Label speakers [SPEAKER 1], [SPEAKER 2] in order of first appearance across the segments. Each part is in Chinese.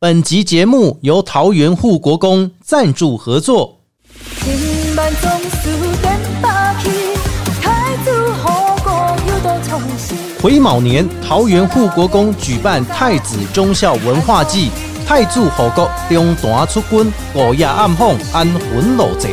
[SPEAKER 1] 本集节目由桃园护国公赞助合作。
[SPEAKER 2] 千万种思点霸气，太子好歌又多重新。
[SPEAKER 1] 癸卯年，桃园护国公举办太子忠孝文化祭，太子护国中坛出军，狗夜暗访安魂老贼。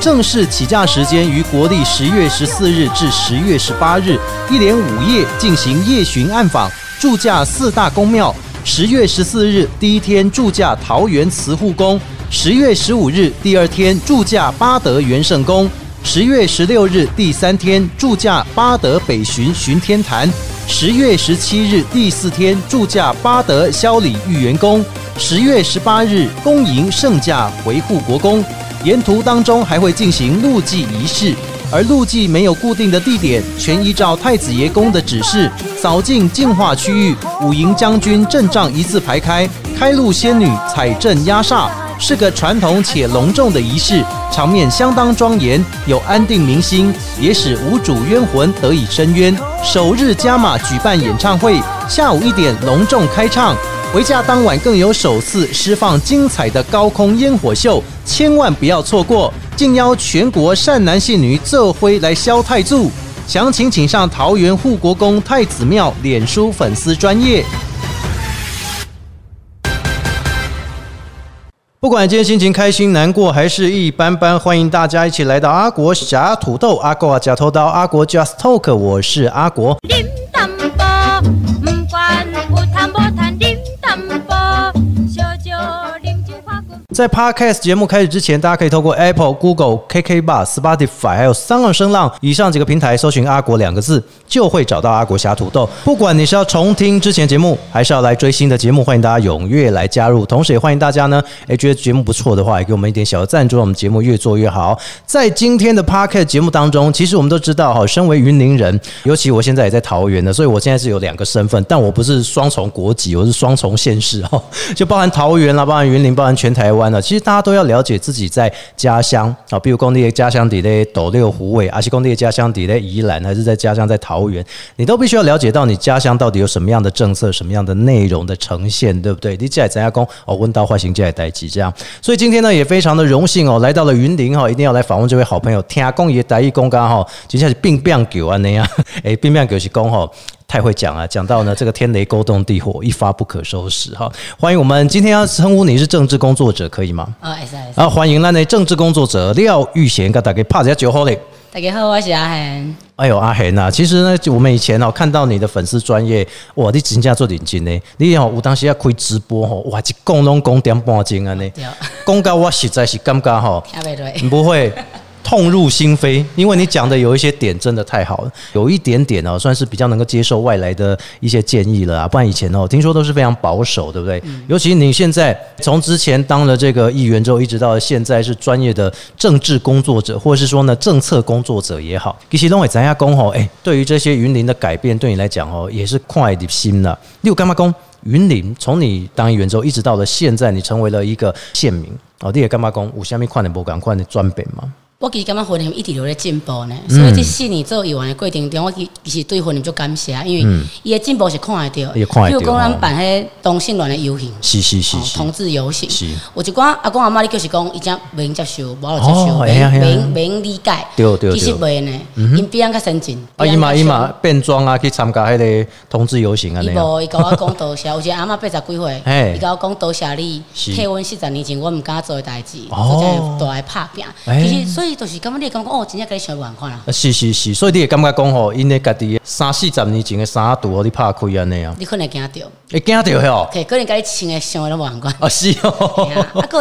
[SPEAKER 1] 正式起驾时间于国历十月十四日至十月十八日，一连五夜进行夜巡暗访，驻驾四大宫庙。十月十四日第一天驻驾桃园慈护宫，十月十五日第二天驻驾巴德元圣宫。十月十六日第三天驻驾巴德北巡巡天坛，十月十七日第四天驻驾巴德萧里御园宫，十月十八日恭迎圣驾回护国宫。沿途当中还会进行路祭仪式，而路祭没有固定的地点，全依照太子爷宫的指示，扫进净化区域，五营将军阵仗一字排开，开路仙女彩阵压煞。是个传统且隆重的仪式，场面相当庄严，有安定民心，也使无主冤魂得以伸冤。首日加码举办演唱会，下午一点隆重开唱。回家当晚更有首次释放精彩的高空烟火秀，千万不要错过！敬邀全国善男信女这辉来消泰柱，详情请上桃园护国公太子庙脸书粉丝专业。不管今天心情开心、难过还是一般般，欢迎大家一起来到阿国侠土豆、阿国啊假头刀、阿国 Just Talk，我是阿国。
[SPEAKER 3] điểm tâm bò mừng quan u tham bò than điểm tâm bò cho cho điểm chữ hoa cùng
[SPEAKER 1] 在 Podcast 节目开始之前，大家可以透过 Apple、Google、KK Bar、Spotify 还有三浪声浪以上几个平台搜寻“阿国”两个字，就会找到阿国侠土豆。不管你是要重听之前节目，还是要来追新的节目，欢迎大家踊跃来加入。同时也欢迎大家呢，哎，觉得节目不错的话，也给我们一点小的赞助，让我们节目越做越好。在今天的 Podcast 节目当中，其实我们都知道哈，身为云林人，尤其我现在也在桃园呢，所以我现在是有两个身份，但我不是双重国籍，我是双重县市哈， 就包含桃园啦，包含云林，包含全台湾呢。啊其实大家都要了解自己在家乡啊，比如工地的家乡底咧斗六湖尾，还是工地的家乡底咧宜兰，还是在家乡在桃园，你都必须要了解到你家乡到底有什么样的政策、什么样的内容的呈现，对不对？你在咱家公哦，问到坏行家也待机这样。所以今天呢，也非常的荣幸哦，来到了云林哈、哦，一定要来访问这位好朋友天公爷达义公刚哈，就像是病病狗啊那样，哎，病病狗是公吼。太会讲啊！讲到呢，这个天雷勾动地火，一发不可收拾哈。欢迎我们今天要称呼你是政治工作者，可以吗？
[SPEAKER 4] 哦，会使会使。
[SPEAKER 1] 啊，欢迎咱的政治工作者廖玉贤，跟大家拍一下招呼嘞。
[SPEAKER 4] 大家好，我是阿恒。
[SPEAKER 1] 哎呦，阿贤呐、其实呢，我们以前哦看到你的粉丝专业，哇，你真正做认真呢。你哦，有当时要开直播吼，哇，一讲拢讲点半钟安尼，
[SPEAKER 4] 对，
[SPEAKER 1] 讲到我实在是感觉吼，
[SPEAKER 4] 听袂落。
[SPEAKER 1] 你不 会痛入心扉，因为你讲的有一些点真的太好了，有一点点哦，算是比较能够接受外来的一些建议了啊。不然以前哦，听说都是非常保守，对不对？尤其你现在从之前当了这个议员之后，一直到现在是专业的政治工作者，或者是说呢政策工作者也好，其实都会咱家公吼，哎，对于这些云林的改变，对你来讲哦，也是快的心了。你有干嘛公？云林从你当议员之后，一直到了现在，你成为了一个县民哦，你也干嘛公？有下面快点不赶快的专本吗？
[SPEAKER 4] 我其实感觉婚姻一直有咧进步
[SPEAKER 1] 嗯
[SPEAKER 4] 呢，所以这四年做议员的过程中，我其其实对婚姻足感谢，啊因为伊的进步是看得到的。
[SPEAKER 1] 也嗯看得到
[SPEAKER 4] 比如讲，咱办迄同性恋的游行，
[SPEAKER 1] 是是是
[SPEAKER 4] 哦
[SPEAKER 1] 是，
[SPEAKER 4] 同志游行
[SPEAKER 1] 是，
[SPEAKER 4] 有一寡阿公阿妈，你就是讲伊只袂用接受，无法度接
[SPEAKER 1] 哦
[SPEAKER 4] 受，
[SPEAKER 1] 哎呀哎呀
[SPEAKER 4] 袂用袂用理解。
[SPEAKER 1] 对对
[SPEAKER 4] 其实
[SPEAKER 1] 对
[SPEAKER 4] 袂呢，因比咱较先进。
[SPEAKER 1] 啊，伊嘛
[SPEAKER 4] 比
[SPEAKER 1] 伊
[SPEAKER 4] 咱较
[SPEAKER 1] 嘛变装啊，去参加迄个同志游行啊，
[SPEAKER 4] 伊
[SPEAKER 1] 那样。
[SPEAKER 4] 无，伊甲我讲 多谢，有一个阿嬷八十几
[SPEAKER 1] 嘿
[SPEAKER 4] 岁，伊甲我讲多谢你，
[SPEAKER 1] 是
[SPEAKER 4] 替阮四十年前我毋敢做诶代志，
[SPEAKER 1] 哦
[SPEAKER 4] 做遮大诶拍拼。
[SPEAKER 1] 哎
[SPEAKER 4] 其实所以就是感觉你会感觉哦，真正甲你相反看啊
[SPEAKER 1] 啊，是是是，所以你会感觉讲吼，因咧家己的三四十年前的衫橱互你拍开安尼啊，
[SPEAKER 4] 你可能会惊着，
[SPEAKER 1] 会惊着吼。
[SPEAKER 4] 可可能甲你穿诶相拢无相款。
[SPEAKER 1] 啊是 哦，，
[SPEAKER 4] 嘿啊，啊还有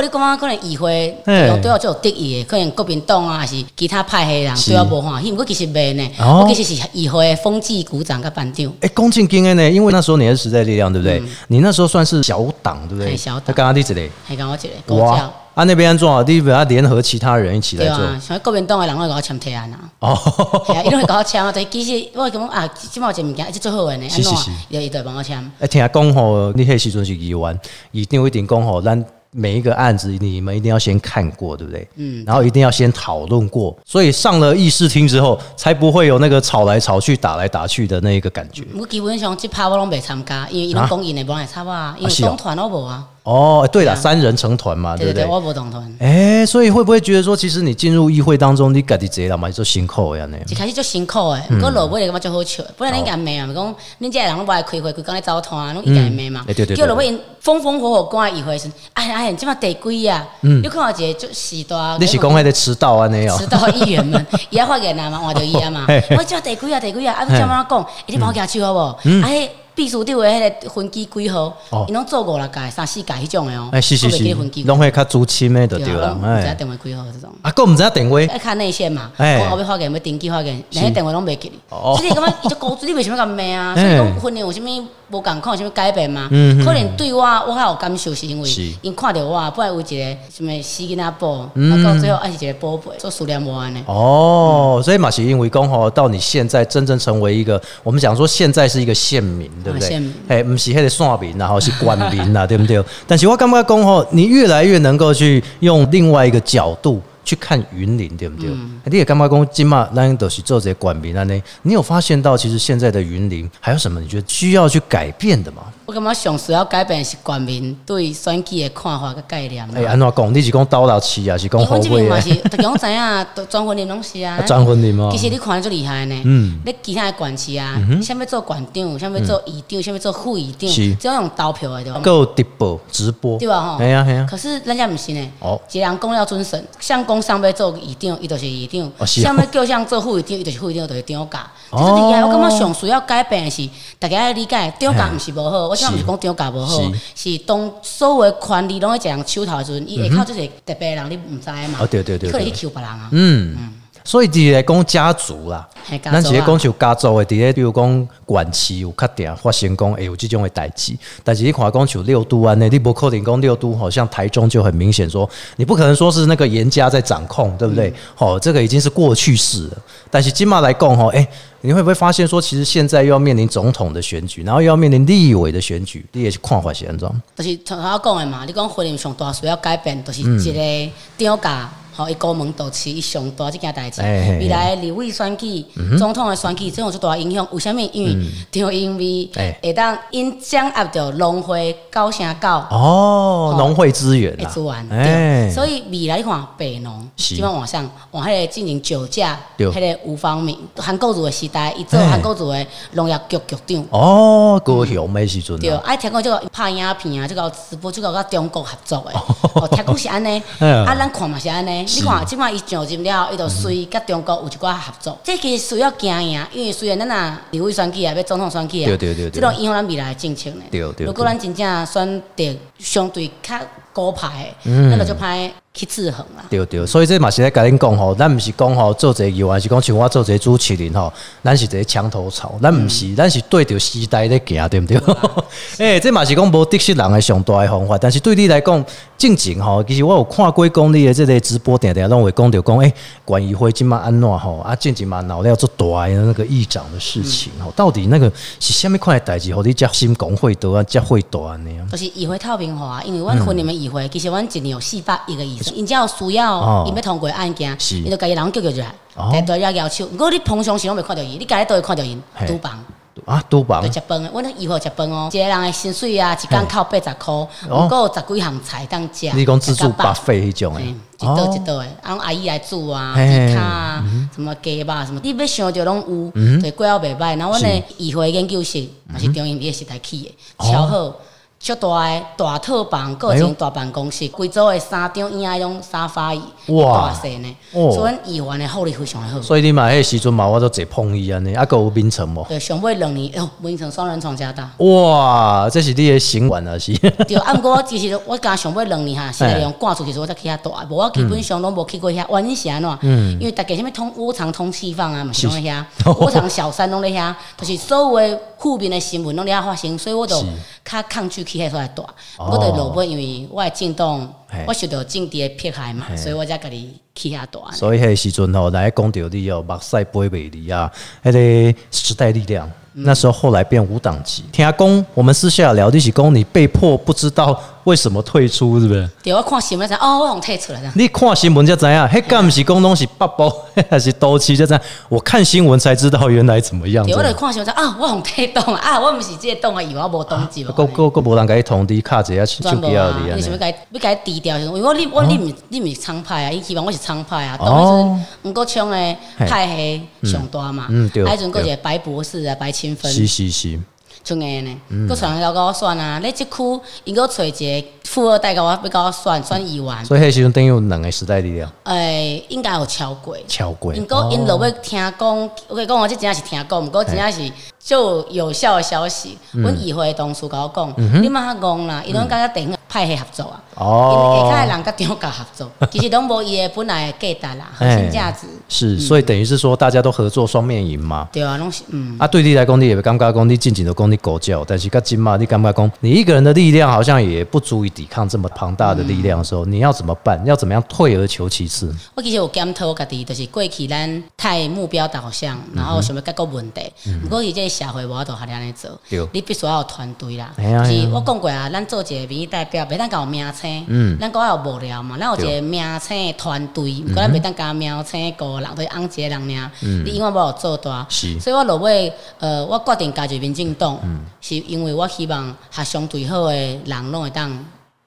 [SPEAKER 4] 你感觉可能议会
[SPEAKER 1] 嘿
[SPEAKER 4] 有对我就有敌意的，可能国民党啊，还是其他派系的人
[SPEAKER 1] 是
[SPEAKER 4] 对我无欢喜。毋过其实袂呢，
[SPEAKER 1] 哦
[SPEAKER 4] 我其实是议会的风纪股长甲班长。
[SPEAKER 1] 哎，讲正经的呢，因为那时候你是时代力量，对不对？你那时候算是小党，对不对？
[SPEAKER 4] 嗯嘿小党
[SPEAKER 1] 那刚刚你一个，
[SPEAKER 4] 还讲我一个国教，，
[SPEAKER 1] 啊那边安怎样？你把它联合其他人一起
[SPEAKER 4] 对
[SPEAKER 1] 来做。
[SPEAKER 4] 啊，像国民党的人，我甲我签提 案啊。
[SPEAKER 1] 哦，
[SPEAKER 4] 系啊，伊拢会甲我签啊，但是其实我会感觉啊，即摆有一个物件，即最好诶呢，
[SPEAKER 1] 是
[SPEAKER 4] 安
[SPEAKER 1] 是
[SPEAKER 4] 怎
[SPEAKER 1] 是
[SPEAKER 4] 伊就伊就会帮我签。
[SPEAKER 1] 哎，听讲吼，你迄时阵是议员，一定会定讲吼，咱每一个案子你们一定要先看过，对不对？嗯，然后一定要先讨论过，所以上了议事厅之后，才不会有那个吵来吵去、打来打去的那个感觉。
[SPEAKER 4] 嗯我基本上即趴我拢袂参加，因为伊拢讲因诶，无人会插我啊，因
[SPEAKER 1] 啊
[SPEAKER 4] 为
[SPEAKER 1] 是哦
[SPEAKER 4] 党团我无啊，
[SPEAKER 1] 哦，对了，
[SPEAKER 4] 对啊
[SPEAKER 1] 三人成团嘛，对
[SPEAKER 4] 对
[SPEAKER 1] 不
[SPEAKER 4] 对
[SPEAKER 1] 对
[SPEAKER 4] 对，？我无同团。
[SPEAKER 1] 哎、所以会不会觉得说，其实你进入议会当中，你家己坐人嘛，做辛苦呀呢？
[SPEAKER 4] 一开始足辛苦
[SPEAKER 1] 嗯
[SPEAKER 4] 诶，毋过落尾就感觉足好笑的。本来恁家骂嘛，讲恁遮人拢无爱开会，规工咧走摊，啊拢一家骂嘛
[SPEAKER 1] 嗯。哎对对对
[SPEAKER 4] 叫落尾因风风火火赶来议会的时候，哎哎，即马第几啊？你看有一个足时代，
[SPEAKER 1] 嗯你是讲迄个迟到安尼哦
[SPEAKER 4] 迟？到议员 们，伊也发言啊嘛，换着伊啊嘛
[SPEAKER 1] 嘿嘿。
[SPEAKER 4] 我叫第几啊，第几啊，啊，要怎么讲？一直帮我举手好无？啊，迄秘书长的迄个分机几号
[SPEAKER 1] 嗯哦？
[SPEAKER 4] 伊拢做五六届、三四届迄种的哦。
[SPEAKER 1] 哎，是是
[SPEAKER 4] 我袂记得
[SPEAKER 1] 是
[SPEAKER 4] 分机，几号
[SPEAKER 1] 拢会较资深的就对
[SPEAKER 4] 对啊
[SPEAKER 1] 了，，
[SPEAKER 4] 我毋知
[SPEAKER 1] 哎
[SPEAKER 4] 道，电话几号这种。
[SPEAKER 1] 啊，哥毋知影电话，
[SPEAKER 4] 要看内线嘛，
[SPEAKER 1] 哎
[SPEAKER 4] 讲后要发言要登记发言，连迄电话拢袂记哩。
[SPEAKER 1] 哦
[SPEAKER 4] 所以你感觉伊就高知，你为什么咁骂 啊？
[SPEAKER 1] 哎
[SPEAKER 4] 所以讲婚姻有啥物无共款，有啥物改变嘛？
[SPEAKER 1] 嗯嗯
[SPEAKER 4] 可能对我我较有感受，是因为
[SPEAKER 1] 是
[SPEAKER 4] 因看到我，本来有一个什物死囡仔宝，
[SPEAKER 1] 嗯
[SPEAKER 4] 啊到最后还是一个宝贝，做思念我安尼。
[SPEAKER 1] 哦，所以嘛是因为讲吼，到你现在真正成为一个，我们讲说现在是一个县民，对不
[SPEAKER 4] 啊
[SPEAKER 1] 对
[SPEAKER 4] 县民？
[SPEAKER 1] 哎，不是迄个县民啦，然后是官民 啦，对不对？但是我感觉讲吼，你越来越能够去用另外一个角度。去看云林，对不对？
[SPEAKER 4] 嗯
[SPEAKER 1] 你也感觉讲，今嘛咱都是做这些官民安尼，你有发现到其实现在的云林还有什么你觉得需要去改变的吗？
[SPEAKER 4] 我感觉上需要改变的是全民对选举的看法甲概念啦。
[SPEAKER 1] 哎、安怎讲？你是讲斗老市啊，是讲
[SPEAKER 4] 因为
[SPEAKER 1] 后
[SPEAKER 4] 阮这
[SPEAKER 1] 悔
[SPEAKER 4] 边嗯嘛
[SPEAKER 1] 啊？
[SPEAKER 4] 是，大家拢知影， 都专婚的拢是啊
[SPEAKER 1] 啊，。转婚礼吗？
[SPEAKER 4] 其实你看得足厉害呢，
[SPEAKER 1] 嗯
[SPEAKER 4] 你其他的县市啊，想要做县长，想要做议长，想要做副议长，
[SPEAKER 1] 是
[SPEAKER 4] 只要用投票的对吧？
[SPEAKER 1] 够直播直播，
[SPEAKER 4] 对啊吧？吼，
[SPEAKER 1] 哎呀哎呀，
[SPEAKER 4] 可是咱家毋是呢
[SPEAKER 1] 哦，
[SPEAKER 4] 一个人讲了准神，像讲上要做议长，伊就是议
[SPEAKER 1] 哦
[SPEAKER 4] 长；，
[SPEAKER 1] 是哦
[SPEAKER 4] 想要叫像做副议长，伊就是副议长，就是长教。
[SPEAKER 1] 哦
[SPEAKER 4] 就是厉害，我感觉上需要改变的是，大家要理解长教毋是无好，我想毋是讲长教无好，是当所有的权利拢在一个人手头的时阵，伊下口就是特别的人，你毋知的嘛。
[SPEAKER 1] 哦对对对
[SPEAKER 4] 你可能
[SPEAKER 1] 对
[SPEAKER 4] 去求别人啊。
[SPEAKER 1] 嗯，所以伫来讲家族啦，
[SPEAKER 4] 嘿家族
[SPEAKER 1] 咱
[SPEAKER 4] 啊
[SPEAKER 1] 直接讲就家族的，伫咧比如讲管市有较定发生讲会有即种的代志，但是你看讲像六都安尼，你不可能讲六都好像台中就很明显说，你不可能说是那个严家在掌控，对不
[SPEAKER 4] 嗯
[SPEAKER 1] 对？好、这个已经是过去式了。但是今嘛来讲吼，哎、你会不会发现说，其实现在又要面临总统的选举，然后又要面临立委的选举，你也是看法是安怎？
[SPEAKER 4] 就是像头仔讲的嘛，你讲婚姻上大需要改变，就是
[SPEAKER 1] 嗯
[SPEAKER 4] 一个涨价。吼，伊高门导市伊上大即件代志，
[SPEAKER 1] 哎嘿嘿嗯
[SPEAKER 4] 未来的立委选举、总统的选举，这有足大的影响。为什么？因为就因为
[SPEAKER 1] 哎
[SPEAKER 4] 会当因掌握着农会高声高
[SPEAKER 1] 哦，
[SPEAKER 4] 哦
[SPEAKER 1] 农会资源
[SPEAKER 4] 的
[SPEAKER 1] 啦
[SPEAKER 4] 资源，
[SPEAKER 1] 哎
[SPEAKER 4] 对。所以未来你看北农，
[SPEAKER 1] 是
[SPEAKER 4] 基本往上往迄个进行酒驾，
[SPEAKER 1] 对
[SPEAKER 4] 迄个吴方明，韩国瑜的时代，伊做
[SPEAKER 1] 哎
[SPEAKER 4] 韩国瑜的农业局局长。
[SPEAKER 1] 哦，高雄的时阵
[SPEAKER 4] 对，
[SPEAKER 1] 啊，
[SPEAKER 4] 啊，听讲即个拍影片啊，即个直播，即个甲中国合 作的，哦，听讲是安尼，
[SPEAKER 1] 嗯
[SPEAKER 4] 啊，咱看嘛是安尼。
[SPEAKER 1] 是
[SPEAKER 4] 你看即摆伊上任了，伊就随甲中国有一寡合
[SPEAKER 1] 嗯
[SPEAKER 4] 作，这其实需要惊赢，因为虽然咱啊立委选举啊，要总统选举啊，
[SPEAKER 1] 对对对对
[SPEAKER 4] 即种影响咱未来的政策呢。
[SPEAKER 1] 对对对
[SPEAKER 4] 如果咱真正选择相对较高派
[SPEAKER 1] 嗯
[SPEAKER 4] 的，咱就就歹去制衡啦。
[SPEAKER 1] 对对，所以这嘛是咧甲恁讲吼，咱毋是讲吼做一个游，还是讲像我做一个主持人吼，咱是一个墙头草，咱毋
[SPEAKER 4] 嗯
[SPEAKER 1] 是，咱是对着时代咧行，对毋对？ 诶、这嘛是讲无得失人的上大的方法，但是对你来讲，正经吼，其实我有看过讲你的这个直播定定拢会讲着讲，诶、关于会即嘛安怎吼，啊，正经嘛闹了做大的那个议长的事情
[SPEAKER 4] 嗯
[SPEAKER 1] 吼，到底那个是虾米款的代志，互你遮心讲会多啊，遮会大安尼啊？
[SPEAKER 4] 就是议会透明化，啊因为
[SPEAKER 1] 嗯
[SPEAKER 4] 阮婚姻的议会，其实阮一年有四百一个议生，因只要需
[SPEAKER 1] 哦
[SPEAKER 4] 要，因要通过的案件，
[SPEAKER 1] 是
[SPEAKER 4] 因就家己人叫叫出来
[SPEAKER 1] 哦，
[SPEAKER 4] 但都要要求。不过你平常时拢袂看到伊，你家己都会看到因
[SPEAKER 1] 嘿
[SPEAKER 4] 厨房。
[SPEAKER 1] 啊，都房
[SPEAKER 4] 就食饭的，阮咧议会食饭哦，一个人的薪水啊，一工扣八十箍，
[SPEAKER 1] 哦
[SPEAKER 4] 毋过有十几项菜当食。
[SPEAKER 1] 你讲自助
[SPEAKER 4] 吃到饱
[SPEAKER 1] buffet 迄种诶
[SPEAKER 4] 嗯，一道
[SPEAKER 1] 哦
[SPEAKER 4] 一道的，啊，阿姨来煮啊，
[SPEAKER 1] 嘿嗯
[SPEAKER 4] 猪卡啊，什么鸡肉什么，你要想着拢有，对，过了袂歹。然后阮的议会研究室也
[SPEAKER 1] 嗯
[SPEAKER 4] 是中英夜时代起的，超好，超大的大套房，个
[SPEAKER 1] 哦哎呦
[SPEAKER 4] 人大办公室，规组的三张椅啊，迄种沙发椅，
[SPEAKER 1] 哇
[SPEAKER 4] 大细呢，
[SPEAKER 1] 哦
[SPEAKER 4] 所以阮议员的福利非常的好。
[SPEAKER 1] 所以你嘛，迄时阵嘛，我都坐碰伊安尼，啊，还有冰城无？
[SPEAKER 4] 对，上尾两年，哦，文成双人床加大。
[SPEAKER 1] 哇，这是你的行完啊，是
[SPEAKER 4] 对，啊，毋过我其实我刚上尾两年哈，是用赶出去，所以我才去遐住。啊无我基本上拢无去过遐，原因是安怎？啊因为大家啥物通窝藏通气放啊，嘛嗯是拢在 遐，窝藏小三拢在遐，就是所有的负面的新闻拢在遐发生，所以我就是较抗拒去遐所在住。
[SPEAKER 1] 哦
[SPEAKER 4] 我就落尾因为我的政党
[SPEAKER 1] 嘿，
[SPEAKER 4] 我受到政治的迫害嘛，所以我才家己去遐住。啊
[SPEAKER 1] 所以迄时阵吼，来讲到你哦，目屎飞袂离啊，迄个时代力量。
[SPEAKER 4] 嗯
[SPEAKER 1] 那时候后来变无党籍，听讲我们私下聊，你是讲你被迫不知道为什么退出，是不是？
[SPEAKER 4] 对，我看新闻才哦，我从退出来的。
[SPEAKER 1] 你看新闻才知影，迄敢毋是讲拢是北部 还是都市才知影？我看新闻才知道原来怎么样。
[SPEAKER 4] 对，我就看新闻才啊，我从退动啊，我毋是即个动啊，以为我无动机无。
[SPEAKER 1] 个个个无人甲伊通知卡一下手
[SPEAKER 4] 全部
[SPEAKER 1] 机啊
[SPEAKER 4] 啊！
[SPEAKER 1] 你哦
[SPEAKER 4] 你想要
[SPEAKER 1] 安
[SPEAKER 4] 甲伊要甲伊低调，因为我你我你毋你毋是厂派啊，伊希望我是厂派啊。
[SPEAKER 1] 哦
[SPEAKER 4] 当时毋过枪诶派系上大嘛，
[SPEAKER 1] 嗯嗯对
[SPEAKER 4] 啊迄阵佫一
[SPEAKER 1] 对
[SPEAKER 4] 个白博士啊，白清芬，
[SPEAKER 1] 是是是，
[SPEAKER 4] 像个呢，佫传了甲我选啊，你即区因佫找一个富二代甲我要甲我选选议员，
[SPEAKER 1] 所以迄时阵等于有两个时代力量
[SPEAKER 4] 诶，应该有超过。
[SPEAKER 1] 超过。
[SPEAKER 4] 因过因
[SPEAKER 1] 哦
[SPEAKER 4] 落尾听讲，我跟你讲我这真正是听讲，毋过真正是就有效的消息。
[SPEAKER 1] 嗯
[SPEAKER 4] 阮议会的同事甲我讲，你莫遐戆啦，伊拢甲地方派系合作啊。
[SPEAKER 1] 哦
[SPEAKER 4] 因为下骹的人甲中间合作，其实拢无伊的本来的价值啦，核心价值。
[SPEAKER 1] 是，所以等于是说大家都合作双面赢嘛。
[SPEAKER 4] 对啊，拢是嗯，
[SPEAKER 1] 啊，对你来讲，你也感觉讲你进前都讲你狗叫，但是到今嘛，你感觉讲你一个人的力量好像也不足以抵抗这么庞大的力量的时候，你要怎么办？要怎么样退而求其次？
[SPEAKER 4] 我其实有检讨我家己，就是过去咱太目标导向，然后想要解决问题。毋过伊这个社会无法度遐安尼做
[SPEAKER 1] 嗯对，
[SPEAKER 4] 你必须要有团队啦。
[SPEAKER 1] 哎呀
[SPEAKER 4] 就
[SPEAKER 1] 哎呀
[SPEAKER 4] 是我讲过啊，咱做一个民意代表，袂当搞名
[SPEAKER 1] 嗯
[SPEAKER 4] 星，咱讲有无聊嘛，咱有一个名星的团队，毋过咱袂当搞名星个人，就是红一个人尔，你永远无做大。
[SPEAKER 1] 嗯是嗯
[SPEAKER 4] 所以我落尾，呃，我决定加入民进党，是因为我希望学相对好的人拢会当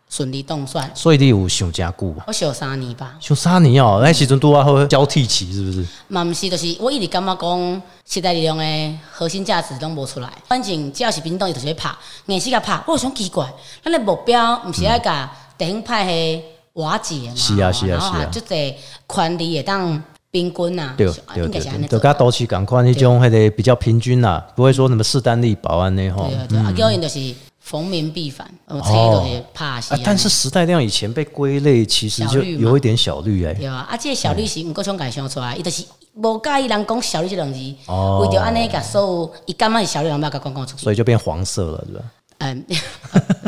[SPEAKER 4] 顺利当选。
[SPEAKER 1] 所以你有想加固，
[SPEAKER 4] 我小三年吧。
[SPEAKER 1] 像三年哦、那时阵拄啊好交替期是不是？
[SPEAKER 4] 嘛毋是，就是我一直感觉讲，时代力量的核心价值拢无出来。反正只要是民党，伊就是要拍，硬是甲拍。我有想奇怪，咱的目标毋是爱甲地方派系瓦解嘛？
[SPEAKER 1] 是啊
[SPEAKER 4] 吼
[SPEAKER 1] 是啊
[SPEAKER 4] 然后
[SPEAKER 1] 是啊
[SPEAKER 4] 啊，即个权力会当平均啊，
[SPEAKER 1] 对
[SPEAKER 4] 是啊
[SPEAKER 1] 对
[SPEAKER 4] 应
[SPEAKER 1] 对
[SPEAKER 4] 该是安尼
[SPEAKER 1] 对，
[SPEAKER 4] 做
[SPEAKER 1] 就
[SPEAKER 4] 法。
[SPEAKER 1] 跟都市赶快那种迄个比较平均啦，不会说什么势单力薄安尼吼
[SPEAKER 4] 对。啊对啊，啊叫因就是逢民必反，呃，册就是拍死
[SPEAKER 1] 啊
[SPEAKER 4] 安，尼。
[SPEAKER 1] 但是时代量以前被归类，其实
[SPEAKER 4] 小
[SPEAKER 1] 就
[SPEAKER 4] 绿嘛
[SPEAKER 1] 有一点小绿哎、
[SPEAKER 4] 对啊，啊，即个小律
[SPEAKER 1] 嗯
[SPEAKER 4] 师毋过想家想出来，伊就是无介意人讲小律即两字
[SPEAKER 1] 哦，
[SPEAKER 4] 为着安尼甲所有，伊感觉是小律，人要甲讲讲出去
[SPEAKER 1] 所。以就变黄色了，对吧？
[SPEAKER 4] 嗯，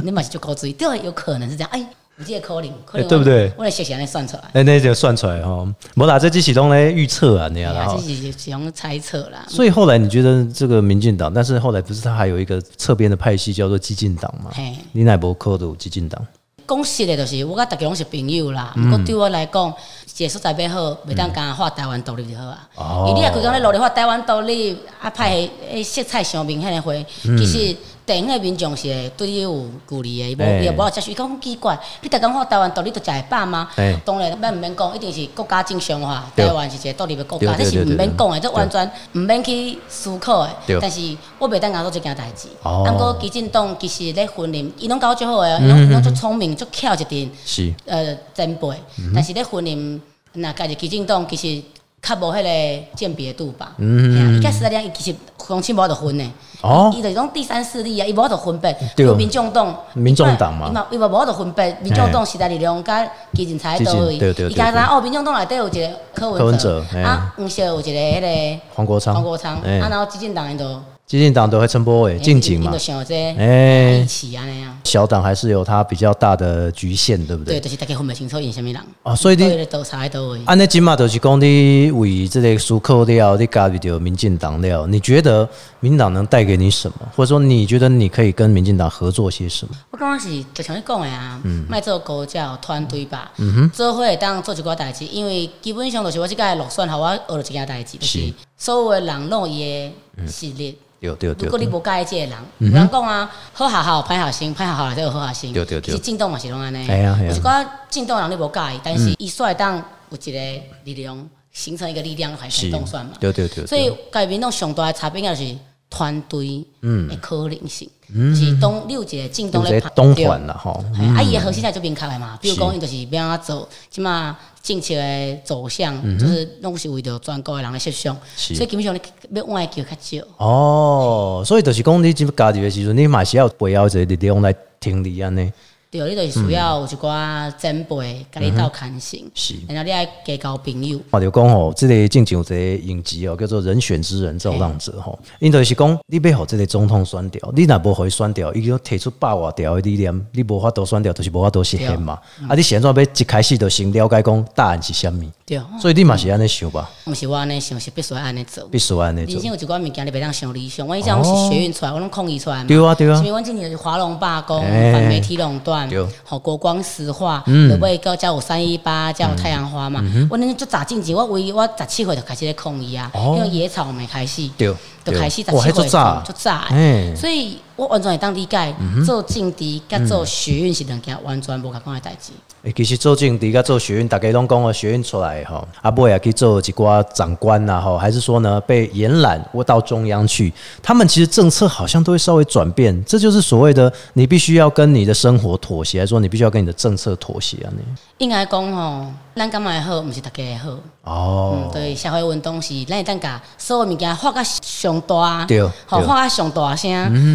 [SPEAKER 4] 你嘛是就高追，对，有可能是这样。哎，有这个可能，可
[SPEAKER 1] 哎
[SPEAKER 4] 能我
[SPEAKER 1] 对不对
[SPEAKER 4] 我来写写来算出来，
[SPEAKER 1] 哎、那就算出来吼，无啦，这只是拢咧预测啊，那样
[SPEAKER 4] 哎
[SPEAKER 1] 啦
[SPEAKER 4] 呀，
[SPEAKER 1] 吼
[SPEAKER 4] 这。是是用猜测啦。
[SPEAKER 1] 所以后来你觉得这个民进党，但是后来不是他还有一个侧边的派系叫做激进党嘛
[SPEAKER 4] 嘿？
[SPEAKER 1] 你乃博科有激进党，
[SPEAKER 4] 讲实的，就是我甲大家拢是朋友啦。
[SPEAKER 1] 嗯
[SPEAKER 4] 不过对我来讲，一个所在要好，袂当讲画台湾独立就好啊。
[SPEAKER 1] 哦
[SPEAKER 4] 伊你若规工咧努力画台湾独立，啊派迄色彩上明显的花，
[SPEAKER 1] 嗯
[SPEAKER 4] 其实地方的民众是会对你有距离的，伊
[SPEAKER 1] 哎
[SPEAKER 4] 无伊无法接受。伊讲奇怪，你逐工画台湾独立就食会饱吗
[SPEAKER 1] 哎？
[SPEAKER 4] 当然，咱毋免讲，一定是国家正常化。
[SPEAKER 1] 对
[SPEAKER 4] 台湾是一个独立的国家，
[SPEAKER 1] 对
[SPEAKER 4] 这
[SPEAKER 1] 对
[SPEAKER 4] 是毋
[SPEAKER 1] 对对
[SPEAKER 4] 免讲的，这
[SPEAKER 1] 对
[SPEAKER 4] 完全毋免去思考
[SPEAKER 1] 对
[SPEAKER 4] 的。但是我袂当讲做这件代志。
[SPEAKER 1] 哦
[SPEAKER 4] 啊，毋过激进党其实咧训练，伊拢搞最好诶，
[SPEAKER 1] 嗯
[SPEAKER 4] 伊拢拢足聪明、足巧一点。
[SPEAKER 1] 是
[SPEAKER 4] 呃前辈，
[SPEAKER 1] 嗯
[SPEAKER 4] 但是咧婚姻，若家己基进党其实较无迄个鉴别度吧。嗯，伊甲时代伊其实乡亲无法度分诶，
[SPEAKER 1] 哦
[SPEAKER 4] 伊就是讲第三势力啊，伊无法度分辨。
[SPEAKER 1] 对
[SPEAKER 4] 比如民众党，
[SPEAKER 1] 民众党嘛
[SPEAKER 4] 伊嘛伊嘛无法度分辨，民众党时代力量甲基进差倒
[SPEAKER 1] 基进对对对
[SPEAKER 4] 伊甲咱哦，民众党内底有一个柯
[SPEAKER 1] 柯文
[SPEAKER 4] 文
[SPEAKER 1] 哲
[SPEAKER 4] 哲
[SPEAKER 1] 嘿，
[SPEAKER 4] 啊，黄色有一个迄
[SPEAKER 1] 黄国昌，
[SPEAKER 4] 个黄国昌，
[SPEAKER 1] 哎
[SPEAKER 4] 啊，然后哎基进党因就
[SPEAKER 1] 激进党都会称波诶，进警
[SPEAKER 4] 因
[SPEAKER 1] 嘛
[SPEAKER 4] 就，想这
[SPEAKER 1] 哎
[SPEAKER 4] 一起安尼啊。
[SPEAKER 1] 小党还是有它比较大的局限，对不
[SPEAKER 4] 对，
[SPEAKER 1] 对？
[SPEAKER 4] 就是大家分不清楚因什么人，
[SPEAKER 1] 啊，所以
[SPEAKER 4] 对
[SPEAKER 1] 你
[SPEAKER 4] 咧倒查在倒位。
[SPEAKER 1] 安尼今嘛就是讲你为这个苏克料，你加入到民进党料，你觉得民党能带给你什么？或者说你觉得你可以跟民进党合作些什么？
[SPEAKER 4] 我感觉是就像你讲的啊，卖、做高教团队吧，做伙会当做一寡代志，因为基本上就是我即个落选，互我学了一件代志，就是
[SPEAKER 1] 是
[SPEAKER 4] 所有的人拢有伊的实力。
[SPEAKER 1] 对对
[SPEAKER 4] 如
[SPEAKER 1] 对
[SPEAKER 4] 果你
[SPEAKER 1] 对，
[SPEAKER 4] 无介意即个人，有人讲啊，好学校歹学生，歹学校内底有好学生，
[SPEAKER 1] 对对对
[SPEAKER 4] 其实进党嘛是拢安尼。
[SPEAKER 1] 哎呀哎呀
[SPEAKER 4] 有一寡进党的人你无介意，但是伊煞会当有一个力量形成一个力量，还是
[SPEAKER 1] 是
[SPEAKER 4] 当选嘛。
[SPEAKER 1] 对对对，对
[SPEAKER 4] 所以家己民众上大的差别就是团队
[SPEAKER 1] 嗯
[SPEAKER 4] 的可能性，就是当你有一个进
[SPEAKER 1] 有
[SPEAKER 4] 党
[SPEAKER 1] 些
[SPEAKER 4] 咧
[SPEAKER 1] 嗯东环啦吼。嗯
[SPEAKER 4] 嘿啊，伊的核心价就明确的嘛，比如
[SPEAKER 1] 是
[SPEAKER 4] 讲，伊就是要安怎做，即嘛政策的走向，就是拢是为着全国的人的设想，
[SPEAKER 1] 嗯是
[SPEAKER 4] 所以基本上你要换的球较少。
[SPEAKER 1] 哦，所以就是讲你即家己的时阵，你嘛是要围绕一个力啊量来挺你安尼。
[SPEAKER 4] 对，你就是需要有一寡前辈甲你斗牵绳，
[SPEAKER 1] 嗯是
[SPEAKER 4] 然后你爱加交朋友，
[SPEAKER 1] 我就讲吼，即、个进前有一个影集哦，叫做《人选之人造浪者》吼，因就是讲你要互即个总统选掉，你若无互伊选掉，伊就提出百外条的理念，你无法度选掉，就是无法度实现嘛。啊，你现在要一开始就先了解讲答案是啥物，
[SPEAKER 4] 对，
[SPEAKER 1] 所以你嘛是安尼想吧，
[SPEAKER 4] 毋是我安尼想，是必须安尼做
[SPEAKER 1] 必。须安尼
[SPEAKER 4] 人
[SPEAKER 1] 做
[SPEAKER 4] 生。有一寡物件你袂当想理想，我以前拢是学运出来，我拢抗议出来嘛。
[SPEAKER 1] 对啊对啊
[SPEAKER 4] 所以阮之前就是华龙罢工、
[SPEAKER 1] 哎
[SPEAKER 4] 反媒体垄断，段
[SPEAKER 1] 对，
[SPEAKER 4] 吼国光石化，
[SPEAKER 1] 嗯
[SPEAKER 4] 落尾到才有三一八，才有太阳花嘛。我那就早进前，我为我十七岁就开始咧抗议啊，
[SPEAKER 1] 哦
[SPEAKER 4] 因为野草没开始，
[SPEAKER 1] 对
[SPEAKER 4] 就
[SPEAKER 1] 对
[SPEAKER 4] 开始十
[SPEAKER 1] 哇
[SPEAKER 4] 七
[SPEAKER 1] 那很
[SPEAKER 4] 岁
[SPEAKER 1] 早啊哎嗯
[SPEAKER 4] 就炸
[SPEAKER 1] 嘿，
[SPEAKER 4] 所以我完全会当理解，做政治甲做学运是两件完全无共款的代志。
[SPEAKER 1] 诶，其实做政治甲做学运，大家拢讲哦，学运出来吼，啊，尾也去做一寡长官呐、吼，还是说呢被延揽或到中央去，他们其实政策好像都会稍微转变，这就是所谓的你必须要跟你的生活妥协，还是说你必须要跟你的政策妥协啊？你
[SPEAKER 4] 应该讲吼，咱感觉会好，毋是大家会好。
[SPEAKER 1] 哦
[SPEAKER 4] 嗯，，对，社会运动是咱会当甲所有物件发到上大，
[SPEAKER 1] 对
[SPEAKER 4] 吼
[SPEAKER 1] 对嗯
[SPEAKER 4] 发到上大声。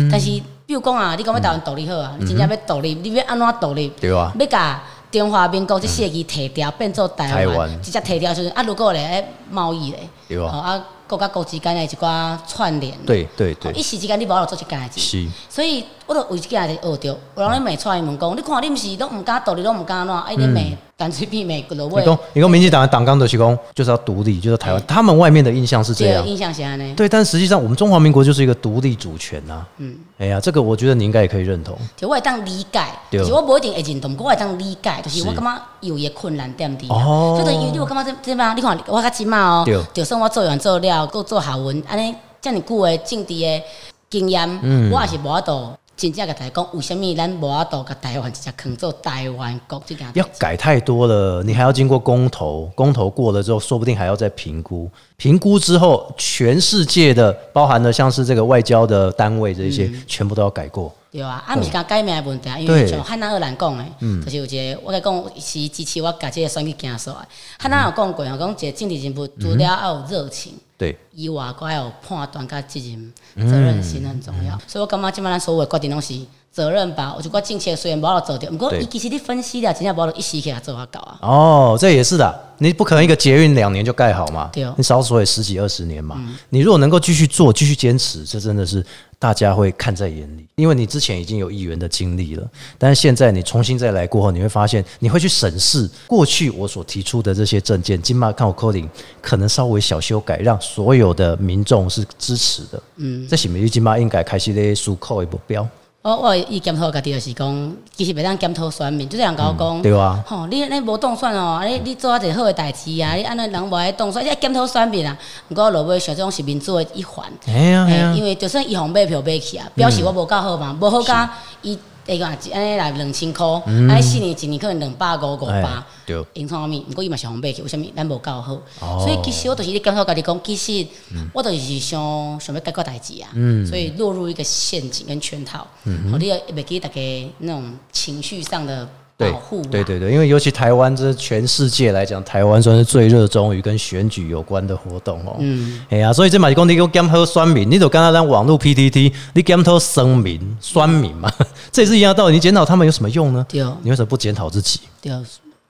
[SPEAKER 4] 但是比如讲啊，你讲要台湾独立好啊，你真正要独立，你要安怎独立？
[SPEAKER 1] 对啊嗯
[SPEAKER 4] 要甲中华民国这四个字摕掉，变做台
[SPEAKER 1] 台
[SPEAKER 4] 湾
[SPEAKER 1] 湾，
[SPEAKER 4] 直接摕掉就是啊，如果咧哎贸易咧，
[SPEAKER 1] 对啊
[SPEAKER 4] 吼啊国甲国之间的一寡串联，
[SPEAKER 1] 对对
[SPEAKER 4] 吼，
[SPEAKER 1] 对
[SPEAKER 4] 哦一，时之间你无法度做一件代志。
[SPEAKER 1] 是，
[SPEAKER 4] 所以我就为即件代志学着，有人咧骂出伊问讲，你看你毋是拢毋敢独立，拢毋敢安怎，哎你骂干脆变骂落
[SPEAKER 1] 嗯你
[SPEAKER 4] 尾
[SPEAKER 1] 讲，你讲民进党的党纲就是讲就是要独立，就是要台湾，他们外面的印象是这
[SPEAKER 4] 这
[SPEAKER 1] 样
[SPEAKER 4] 个，印象是安尼。
[SPEAKER 1] 对，啊但实际上我们中华民国就是一个独立主权呐、嗯
[SPEAKER 4] 嗯，
[SPEAKER 1] 哎呀，这个我觉得你应该也可以认同。
[SPEAKER 4] 就我会当理解，
[SPEAKER 1] 对
[SPEAKER 4] 就是我无一定会认同，不过我会当理解，就是
[SPEAKER 1] 是
[SPEAKER 4] 我感觉有伊的困难点伫啊。
[SPEAKER 1] 哦
[SPEAKER 4] 所以就是因为我感觉这这嘛，你看我较即嘛哦
[SPEAKER 1] 对，
[SPEAKER 4] 就算我做完做了，搁做校文，安尼遮尼久的政治的经验，
[SPEAKER 1] 嗯
[SPEAKER 4] 我也是无法度真正甲大家讲，为什物咱无法度甲台湾直接扛做台湾国即件代
[SPEAKER 1] 要
[SPEAKER 4] 志。
[SPEAKER 1] 改太多了，你还要经过公投，公投过了之后，说不定还要再评估，评估之后，全世界的包含了像是这个外交的单位这一些，全部都要改过。
[SPEAKER 4] 对啊，啊，毋是讲改名的问题，因
[SPEAKER 1] 对嗯
[SPEAKER 4] 为像汉娜二兰讲的，就是有一个我甲讲是支持我家即个选举行
[SPEAKER 1] 嗯
[SPEAKER 4] 数的。汉娜有讲过，讲一个政治人物除了要有热情。
[SPEAKER 1] 对，
[SPEAKER 4] 以外，还有判断甲责
[SPEAKER 1] 嗯
[SPEAKER 4] 任、责任心很重要。所以我感觉即摆咱所有的决定拢是责任吧。我就我政策虽然无法度做到，毋过
[SPEAKER 1] 对
[SPEAKER 4] 伊其实你分析了，真正无法度一时起来做啊到啊。
[SPEAKER 1] 哦，这也是的，你不可能一个捷运两年就盖好嘛，
[SPEAKER 4] 对哦
[SPEAKER 1] 你少说也十几二十年嘛。你如果能够继续做、继续坚持，这真的是大家会看在眼里，因为你之前已经有议员的经历了，但是现在你重新再来过后，你会发现你会去审视过去我所提出的这些证件，金马看我 coding 可能稍微小修改，让所有的民众是支持的。嗯，这是不是金马应该开始咧思考的目标？
[SPEAKER 4] 我我伊检讨家己就是讲，其实袂当检讨选民，就是人甲我讲，
[SPEAKER 1] 对啊
[SPEAKER 4] 吼、你你无当选哦，啊你你做啊一个好诶代志啊，你安尼人无爱当选，你要检讨选民啊。毋过落尾想这种是民主诶一环，
[SPEAKER 1] 哎呀哎呀
[SPEAKER 4] 嘿因为就算伊互买票买去啊，表示我无够好
[SPEAKER 1] 嗯
[SPEAKER 4] 嘛，无好甲伊会讲安尼来两千箍，安尼四年一年可能两百五五
[SPEAKER 1] 嗯哎
[SPEAKER 4] 百，
[SPEAKER 1] 对
[SPEAKER 4] 因创物，毋过伊嘛是互买去，为虾物咱无够好？
[SPEAKER 1] 哦嗯
[SPEAKER 4] 所以其实我就是咧检讨家己讲，其实我就是想想要解决代志啊，所以落入一个陷阱跟圈套，
[SPEAKER 1] 嗯
[SPEAKER 4] 好，你要袂记大家那种情绪上的
[SPEAKER 1] 对
[SPEAKER 4] 保护嘛，啊
[SPEAKER 1] 对对对，因为尤其台湾，这全世界来讲，台湾算是最热衷于跟选举有关的活动哦。嗯，哎呀、所以这马是讲你讲检讨酸民，你就刚刚咱网络 PTT，你检讨生民酸民嘛， 这也是一样的道理。你检讨他们有什么用呢？
[SPEAKER 4] 对哦
[SPEAKER 1] 你为什么不检讨自己？
[SPEAKER 4] 对。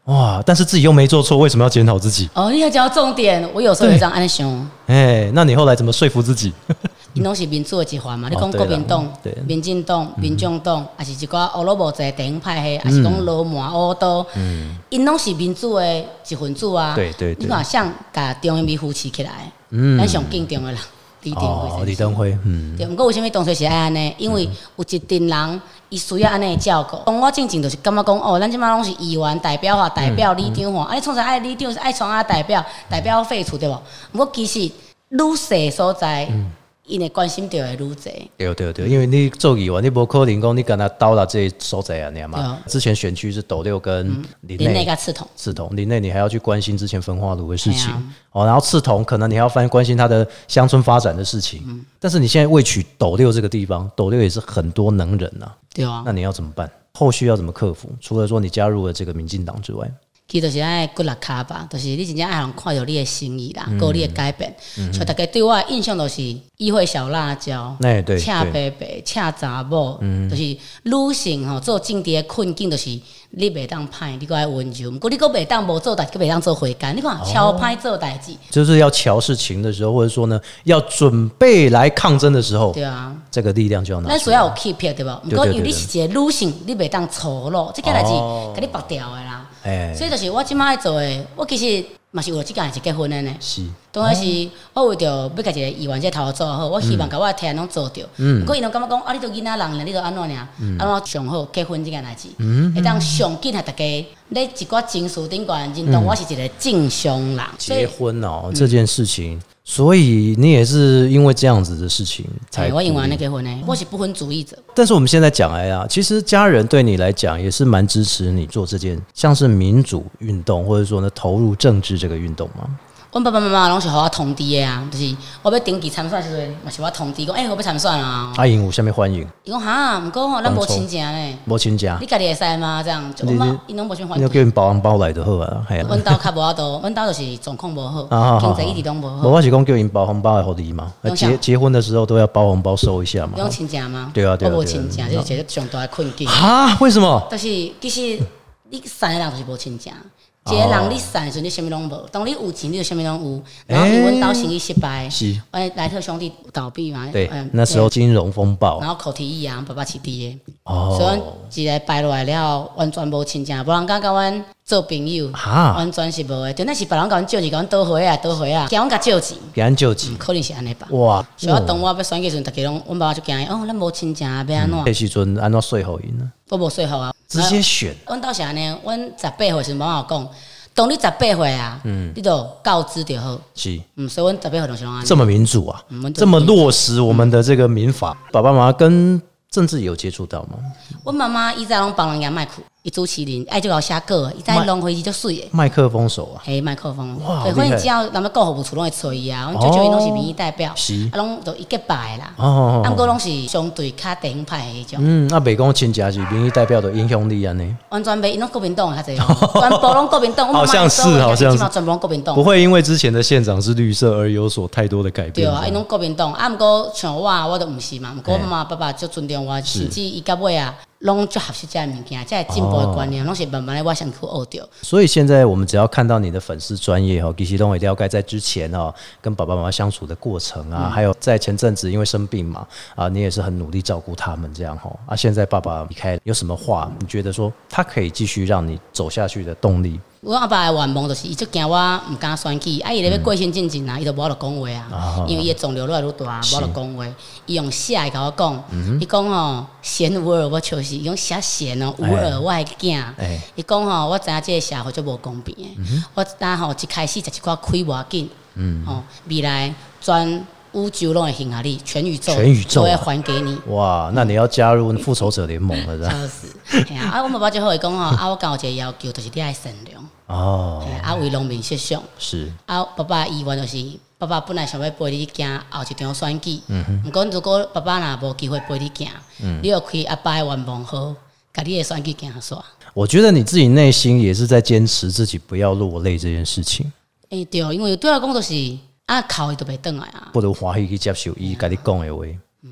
[SPEAKER 1] 哇，但是自己又没做错，为什么要检讨自己？
[SPEAKER 4] 哦，你还讲到重点，我有时候也
[SPEAKER 1] 对
[SPEAKER 4] 这样安尼想。
[SPEAKER 1] 哎，那你后来怎么说服自己？
[SPEAKER 4] 因拢是民主的一环嘛，你
[SPEAKER 1] 哦
[SPEAKER 4] 讲
[SPEAKER 1] 对啦
[SPEAKER 4] 国民党
[SPEAKER 1] 对、嗯
[SPEAKER 4] 民进党、民众党，还是一寡俄罗斯的地方派系，还是
[SPEAKER 1] 嗯
[SPEAKER 4] 讲罗马乌都，因拢是民主的一分子啊。
[SPEAKER 1] 对对对
[SPEAKER 4] 你看像甲中央美扶持起来
[SPEAKER 1] 嗯，
[SPEAKER 4] 咱上敬重的人，李登辉先
[SPEAKER 1] 哦
[SPEAKER 4] 生，
[SPEAKER 1] 李登辉，嗯，
[SPEAKER 4] 对，毋过为什物当初是爱安尼？因为有一阵人伊需要安尼的照顾。当我进前就是感觉讲，哦，咱即摆拢是议员代表化代表里长化，啊，你创啥爱里长爱创啥代表代表废除对无？毋过其实愈细的所在，因会关心着会愈济。
[SPEAKER 1] 对对对，因为你做议员，你不可能讲你跟他刀了这些所在啊，那样嘛。之前选区是斗六跟林
[SPEAKER 4] 哦嗯林内
[SPEAKER 1] 内
[SPEAKER 4] 甲刺痛，
[SPEAKER 1] 刺桐林内，你还要去关心之前焚化炉的事情、
[SPEAKER 4] 对啊
[SPEAKER 1] 哦，然后刺桐可能你还要翻关心它的乡村发展的事情，
[SPEAKER 4] 嗯
[SPEAKER 1] 但是你现在未取斗六这个地方，斗六也是很多能人呐、
[SPEAKER 4] 对啊
[SPEAKER 1] 那，你要怎么办？后续要怎么克服？除了说你加入了这个民进党之外，
[SPEAKER 4] 其实就是爱骨力卡吧，就是你真正爱人看到你的心意
[SPEAKER 1] 嗯
[SPEAKER 4] 啦，有你的改变。所以大家对我的印象就是议会小辣椒。
[SPEAKER 1] 哎对
[SPEAKER 4] 恰
[SPEAKER 1] 对嗯
[SPEAKER 4] 白白，恰查某，就是女性吼做政治的困境，就是你袂当歹，你个爱温柔，毋过你个袂当无做代，志，个袂当做回甘。你看
[SPEAKER 1] 哦
[SPEAKER 4] 超歹做代志，
[SPEAKER 1] 就是要瞧事情的时候，或者说呢，要准备来抗争的时候
[SPEAKER 4] 对，啊。
[SPEAKER 1] 这个力量就要拿
[SPEAKER 4] 咱
[SPEAKER 1] 出
[SPEAKER 4] 需
[SPEAKER 1] 来。
[SPEAKER 4] 要有欺骗对无？毋过
[SPEAKER 1] 对对对
[SPEAKER 4] 因为你是一个女性，你袂当粗鲁，即件代志
[SPEAKER 1] 哦
[SPEAKER 4] 甲你绑掉的啦。
[SPEAKER 1] 哎
[SPEAKER 4] 所以就是我即摆做的，我其实嘛是有即间是结婚的呢。
[SPEAKER 1] 是，
[SPEAKER 4] 当然是我为着要甲一个议员这个头做好，我希望甲我的体拢做着。
[SPEAKER 1] 嗯
[SPEAKER 4] 毋过伊拢感觉讲啊，你都囡仔人呢，你都安怎尔，安怎上好结婚即件代志，
[SPEAKER 1] 嗯
[SPEAKER 4] 会当上紧啊，大家咧一寡情绪顶悬认同我是一个正常人，所以嗯
[SPEAKER 1] 结婚哦、这件事情，所以你也是因为这样子的事情才
[SPEAKER 4] 哎我因为安尼
[SPEAKER 1] 鼓励
[SPEAKER 4] 结婚呢，我是不婚主义者。
[SPEAKER 1] 但是我们现在讲哎呀，其实家人对你来讲也是蛮支持你做这件像是民主运动，或者说呢投入政治这个运动嘛。
[SPEAKER 4] 阮爸爸妈妈拢是互我通知的啊，就是我要登记参选的时阵，嘛是我通知讲，哎、我要参选啊。
[SPEAKER 1] 阿英，我下面欢迎
[SPEAKER 4] 伊讲哈，毋过吼，咱无
[SPEAKER 1] 当初
[SPEAKER 4] 亲情呢，
[SPEAKER 1] 莫亲家
[SPEAKER 4] 你，家己会使吗？这样，就
[SPEAKER 1] 啊你
[SPEAKER 4] 阮
[SPEAKER 1] 你
[SPEAKER 4] 妈伊拢无啥反
[SPEAKER 1] 你就
[SPEAKER 4] 对。
[SPEAKER 1] 叫你包红包来就好啊，系
[SPEAKER 4] 阮
[SPEAKER 1] 啊。
[SPEAKER 4] 兜较无法 度，阮兜就是状况无好，
[SPEAKER 1] 啊，好好
[SPEAKER 4] 经
[SPEAKER 1] 好
[SPEAKER 4] 济一直拢无
[SPEAKER 1] 无
[SPEAKER 4] 好，
[SPEAKER 1] 我是讲叫你包红包来互你嘛，啊
[SPEAKER 4] 哦用啥
[SPEAKER 1] 结结婚的时候都要包红包收一下嘛
[SPEAKER 4] 你。讲亲情吗？
[SPEAKER 1] 对啊对啊
[SPEAKER 4] 我无
[SPEAKER 1] 对啊
[SPEAKER 4] 亲情，
[SPEAKER 1] 对啊
[SPEAKER 4] 这是一个上大的困 境。
[SPEAKER 1] 啊？为什么？
[SPEAKER 4] 但是其实你善的人就是无亲情，
[SPEAKER 1] 哦
[SPEAKER 4] 一个人你善的时候你什物拢无，当你有钱你就什物拢有，然后因为阮兜生意失败，
[SPEAKER 1] 是
[SPEAKER 4] 哎，莱特兄弟倒闭嘛，
[SPEAKER 1] 对
[SPEAKER 4] 嗯，
[SPEAKER 1] 那时候金融风暴
[SPEAKER 4] 然后口蹄疫啊，爸爸饲猪的，
[SPEAKER 1] 哦
[SPEAKER 4] 所以阮一个排落来了，完全无亲啊情，无人敢甲阮做朋友，
[SPEAKER 1] 哈
[SPEAKER 4] 完全是无的。就那是别人甲阮借钱，甲阮倒回啊，倒回啊，惊阮甲借钱，
[SPEAKER 1] 平安救急，
[SPEAKER 4] 可能是安尼吧。
[SPEAKER 1] 哇！嗯
[SPEAKER 4] 所以我当我要选举的时阵，大家拢，阮爸爸就惊伊，哦，咱无亲情啊，要安
[SPEAKER 1] 这
[SPEAKER 4] 怎？
[SPEAKER 1] 时阵安怎税后赢呢？
[SPEAKER 4] 我无说服啊，
[SPEAKER 1] 直接选
[SPEAKER 4] 阮到时安尼，阮十八岁的时阵，妈妈有讲，当你十八岁啊，
[SPEAKER 1] 嗯
[SPEAKER 4] 你就告知就好。
[SPEAKER 1] 是。
[SPEAKER 4] 嗯，所以阮十八岁就是拢安尼
[SPEAKER 1] 这。么民主啊
[SPEAKER 4] 我们，都
[SPEAKER 1] 这么落实我们的这个民法，爸爸妈妈跟政治有接触到吗？
[SPEAKER 4] 阮妈妈以前拢帮人家卖苦，伊主持人，爱就搞写歌，伊在浪费伊就水的。
[SPEAKER 1] 麦克风手啊，
[SPEAKER 4] 嘿，麦克风
[SPEAKER 1] 哇，好厉害
[SPEAKER 4] 对，
[SPEAKER 1] 哦
[SPEAKER 4] 反正只要咱们顾服务处拢会找伊啊，阮舅舅伊拢是民意代表，
[SPEAKER 1] 是
[SPEAKER 4] 啊，拢都伊结拜的啦，
[SPEAKER 1] 哦哦
[SPEAKER 4] 啊，毋
[SPEAKER 1] 哦，
[SPEAKER 4] 过拢是相对较地方派的迄种，
[SPEAKER 1] 嗯，那北宫亲家是民意代表的影响力啊，呢
[SPEAKER 4] 完全袂，因拢国民党的 较侪，全部拢国民党，我
[SPEAKER 1] 好
[SPEAKER 4] 妈妈
[SPEAKER 1] 像是
[SPEAKER 4] 所有的
[SPEAKER 1] 好像是
[SPEAKER 4] 基本上全部拢国民党
[SPEAKER 1] 不，会因为之前的县长是绿色而有所太多的改
[SPEAKER 4] 对
[SPEAKER 1] 变。
[SPEAKER 4] 啊，因拢国民党，啊，毋过像我，我都毋是嘛，毋过我妈妈爸爸足尊重我，甚至伊到尾啊，拢足合适遮物件，遮进步的观念，拢是慢慢的我上去学着。
[SPEAKER 1] 所以现在我们只要看到你的粉丝专业哈，其实都会了解在之前哦，跟爸爸妈妈相处的过程啊，
[SPEAKER 4] 嗯
[SPEAKER 1] 还有在前阵子因为生病嘛，啊，你也是很努力照顾他们这样哈。啊，现在爸爸离开，有什么话你觉得说他可以继续让你走下去的动力？
[SPEAKER 4] 我阿爸的愿望就是伊足惊我毋敢选举，啊伊咧要过身进前啊，伊就无法度讲话
[SPEAKER 1] 啊
[SPEAKER 4] 啊，因为伊的肿瘤愈来愈大，无法度讲话。伊用写来甲我讲，伊讲吼贤无耳，我笑死，伊讲写贤哦无
[SPEAKER 1] 哎
[SPEAKER 4] 耳，我会惊
[SPEAKER 1] 哎。
[SPEAKER 4] 伊讲吼，我知影即个社会足无公平
[SPEAKER 1] 嗯
[SPEAKER 4] 诶，我知影吼一开始食一寡亏无要紧，吼未来全宇宙拢会幸下你，全宇宙
[SPEAKER 1] 全宇宙啊
[SPEAKER 4] 都会还给你。
[SPEAKER 1] 哇，那你要加入复仇者联盟了是吧？
[SPEAKER 4] 笑死！哎呀，啊，我爸爸最后会讲吼，啊，我有一个要求，就是你爱善良，
[SPEAKER 1] 哦
[SPEAKER 4] 嘿，啊，为农民设想。
[SPEAKER 1] 是
[SPEAKER 4] 啊，爸爸的意愿就是，爸爸本来想要陪你行后一场选举，
[SPEAKER 1] 嗯
[SPEAKER 4] 毋过如果爸爸若无机会陪你行，你要开阿爸的愿望好，甲你的选举行煞。
[SPEAKER 1] 我觉得你自己内心也是在坚持自己不要落泪这件事情，
[SPEAKER 4] 诶、对，因为对我来讲就是啊，哭伊都袂转来啊。
[SPEAKER 1] 不如欢喜去接受伊跟你讲的话，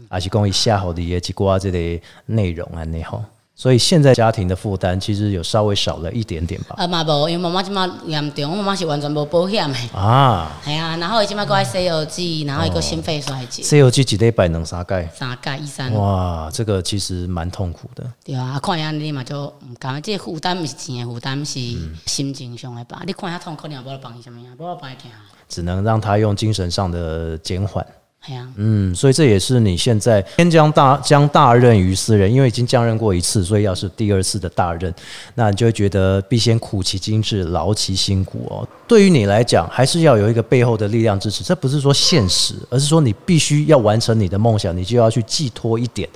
[SPEAKER 1] 还是讲伊下好的一寡这个内容安尼吼。所以现在家庭的负担其实有稍微少了一点点吧。
[SPEAKER 4] 啊嘛无，因为妈妈即马严重，我妈妈是完全无保险的，
[SPEAKER 1] 啊，
[SPEAKER 4] 系啊，然后伊即马搁爱洗耳机，然后伊个心肺衰竭，
[SPEAKER 1] 西游记几礼拜能啥盖？
[SPEAKER 4] 三届医生，
[SPEAKER 1] 哇，这个其实蛮痛苦的。
[SPEAKER 4] 对啊，啊看伊安尼嘛就毋甘，即、个负担毋是钱的负担，是心情上的吧。你看遐痛苦，你也无咧帮伊啥物啊，无咧帮伊听，
[SPEAKER 1] 只能让他用精神上的减缓，
[SPEAKER 4] 系啊。
[SPEAKER 1] 嗯，所以这也是你现在先将大将大任于斯人，因为已经降任过一次，所以要是第二次的大任，那你就会觉得必先苦其心志，劳其筋骨哦。对于你来讲，还是要有一个背后的力量支持，这不是说现实，而是说你必须要完成你的梦想，你就要去寄托一点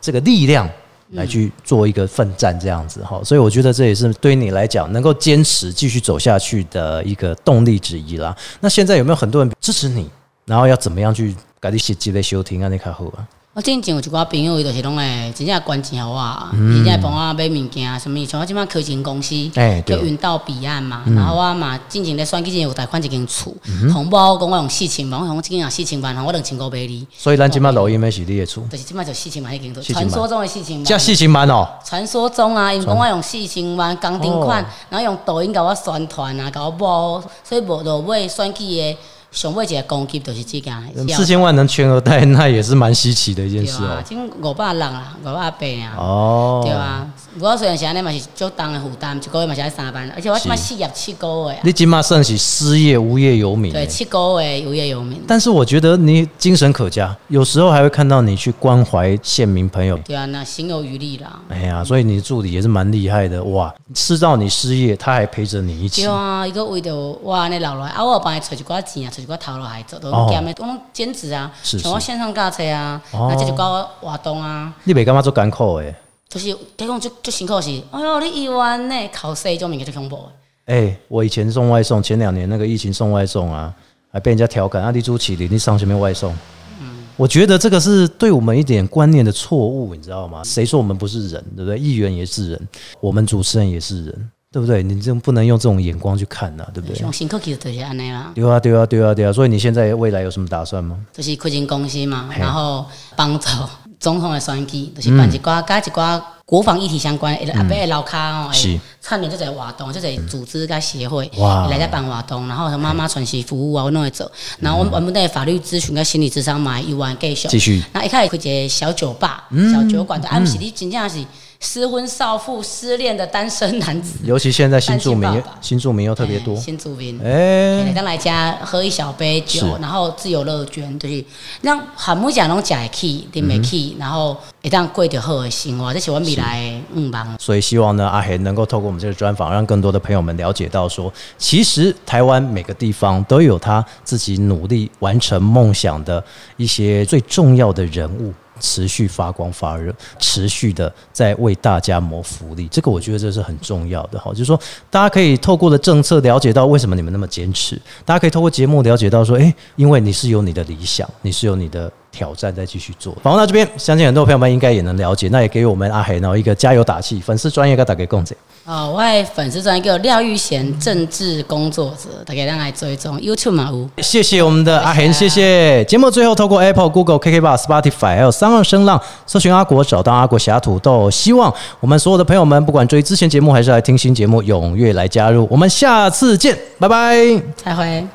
[SPEAKER 1] 这个力量。来去做一个奋战这样子哈，所以我觉得这也是对于你来讲能够坚持继续走下去的一个动力之一啦。那现在有没有很多人支持你？然后要怎么样去家己实际的收听安尼较好啊？
[SPEAKER 4] 我之前有一寡朋友，伊就是拢会真正捐钱互我，真正帮我买物件，啊什物像我即摆科技公司
[SPEAKER 1] 嗯哎，对嗯
[SPEAKER 4] 叫云到彼岸嘛，然后我嘛之前咧选举之前有贷款一间厝，红包讲我用四千万，我讲即间也四千万，吼我两千五买你，
[SPEAKER 1] 所以咱今麦录音的是你的厝，
[SPEAKER 4] 就是即摆就四千万迄间厝，
[SPEAKER 1] 四千万
[SPEAKER 4] 传说中的四千
[SPEAKER 1] 加
[SPEAKER 4] 万。
[SPEAKER 1] 四千万哦，
[SPEAKER 4] 传说中啊，因讲我用四千万工程款
[SPEAKER 1] 哦，
[SPEAKER 4] 然后用抖音甲我宣传啊，甲我播，所以无落尾选举的上尾一个攻击就是即件。
[SPEAKER 1] 嗯四千万能全额贷，那也是蛮稀奇的一件
[SPEAKER 4] 对
[SPEAKER 1] 事
[SPEAKER 4] 啊
[SPEAKER 1] 哦，。
[SPEAKER 4] 即五百人啊，五百八啊。
[SPEAKER 1] 哦，
[SPEAKER 4] 对，啊，我虽然是安尼嘛是足重的负担，一个月嘛是爱三万，而且我即摆失业七个月啊，
[SPEAKER 1] 你起码算是失业无业游民。
[SPEAKER 4] 对，七个月有业游民。
[SPEAKER 1] 但是我觉得你精神可嘉，有时候还会看到你去关怀县民朋友。
[SPEAKER 4] 对啊，那行有余力啦。
[SPEAKER 1] 哎呀，所以你的助理也是蛮厉害的哇！知道你失业，他还陪着你一起
[SPEAKER 4] 对。啊，伊个为着我安尼留落来，啊，我有帮伊找一寡钱啊，找一寡头路来做，都
[SPEAKER 1] 哦
[SPEAKER 4] 兼的，我拢兼职啊，
[SPEAKER 1] 是是
[SPEAKER 4] 像我线上教册啊，
[SPEAKER 1] 哦
[SPEAKER 4] 那这一寡活动啊，
[SPEAKER 1] 你袂感觉做艰苦诶？
[SPEAKER 4] 就是提讲最最辛苦的是，哎哟，你医院呢考试种物件最恐怖的。
[SPEAKER 1] 哎、我以前送外送，前两年那个疫情送外送啊，还被人家调侃啊，你朱启林，你上前面外送。我觉得这个是对我们一点观念的错误，你知道吗？谁说我们不是人，对不对？议员也是人，我们主持人也是人，对不对？你这不能用这种眼光去看呐、对不对
[SPEAKER 4] 上？辛苦其实就是安尼啦，
[SPEAKER 1] 对啊，对啊，对啊，对啊。所以你现在未来有什么打算吗？
[SPEAKER 4] 就是开间公司嘛，
[SPEAKER 1] 嘿嗯
[SPEAKER 4] 然后帮助总统的选举，就是办一寡甲一寡国防议题相关的，阿伯的楼骹吼，
[SPEAKER 1] 是
[SPEAKER 4] 会串联这个活动，这个组织甲协会
[SPEAKER 1] 哇嗯
[SPEAKER 4] 会来在办活动，然后什么妈妈喘息服务啊，我拢会做，然后我们我们的法律咨询跟心理咨商嘛，一万继续，
[SPEAKER 1] 继续嗯
[SPEAKER 4] 那一开始开一个小酒吧、小酒馆，就暗时你真正是失婚少妇、失恋的单身男子，
[SPEAKER 1] 尤其现在新住民
[SPEAKER 4] 担
[SPEAKER 1] 也
[SPEAKER 4] 心爸爸，
[SPEAKER 1] 新住民又特别多
[SPEAKER 4] 哎。新住民。
[SPEAKER 1] 哎、
[SPEAKER 4] 来当来家喝一小杯酒
[SPEAKER 1] 是，
[SPEAKER 4] 然后自由乐捐，就是让韩每家拢食会起，啉袂起，然后会当过着好的生活，这是我未来的愿望。
[SPEAKER 1] 所以希望呢，阿贤能够透过我们这个专访，让更多的朋友们了解到说，其实台湾每个地方都有他自己努力完成梦想的一些最重要的人物。持续发光发热，持续的在为大家谋福利，这个我觉得这是很重要的哈。就是说，大家可以透过的政策了解到为什么你们那么坚持，大家可以透过节目了解到说，诶，因为你是有你的理想，你是有你的挑战在继续做。访问到这边，相信很多朋友们应该也能了解，那也给我们阿黑呢一个加油打气，粉丝专业跟大家共者。
[SPEAKER 4] 哦，我的粉丝专一个廖玉贤政治工作者，大家让来追踪 YouTube 嘛有。
[SPEAKER 1] 谢谢我们的阿贤，谢谢。节目最后，透过 Apple、Google、KK Bar、Spotify 还有三二声浪搜寻阿国，找到阿国侠土豆。希望我们所有的朋友们，不管追之前节目还是来听新节目，踊跃来加入。我们下次见，拜拜。
[SPEAKER 4] 再会。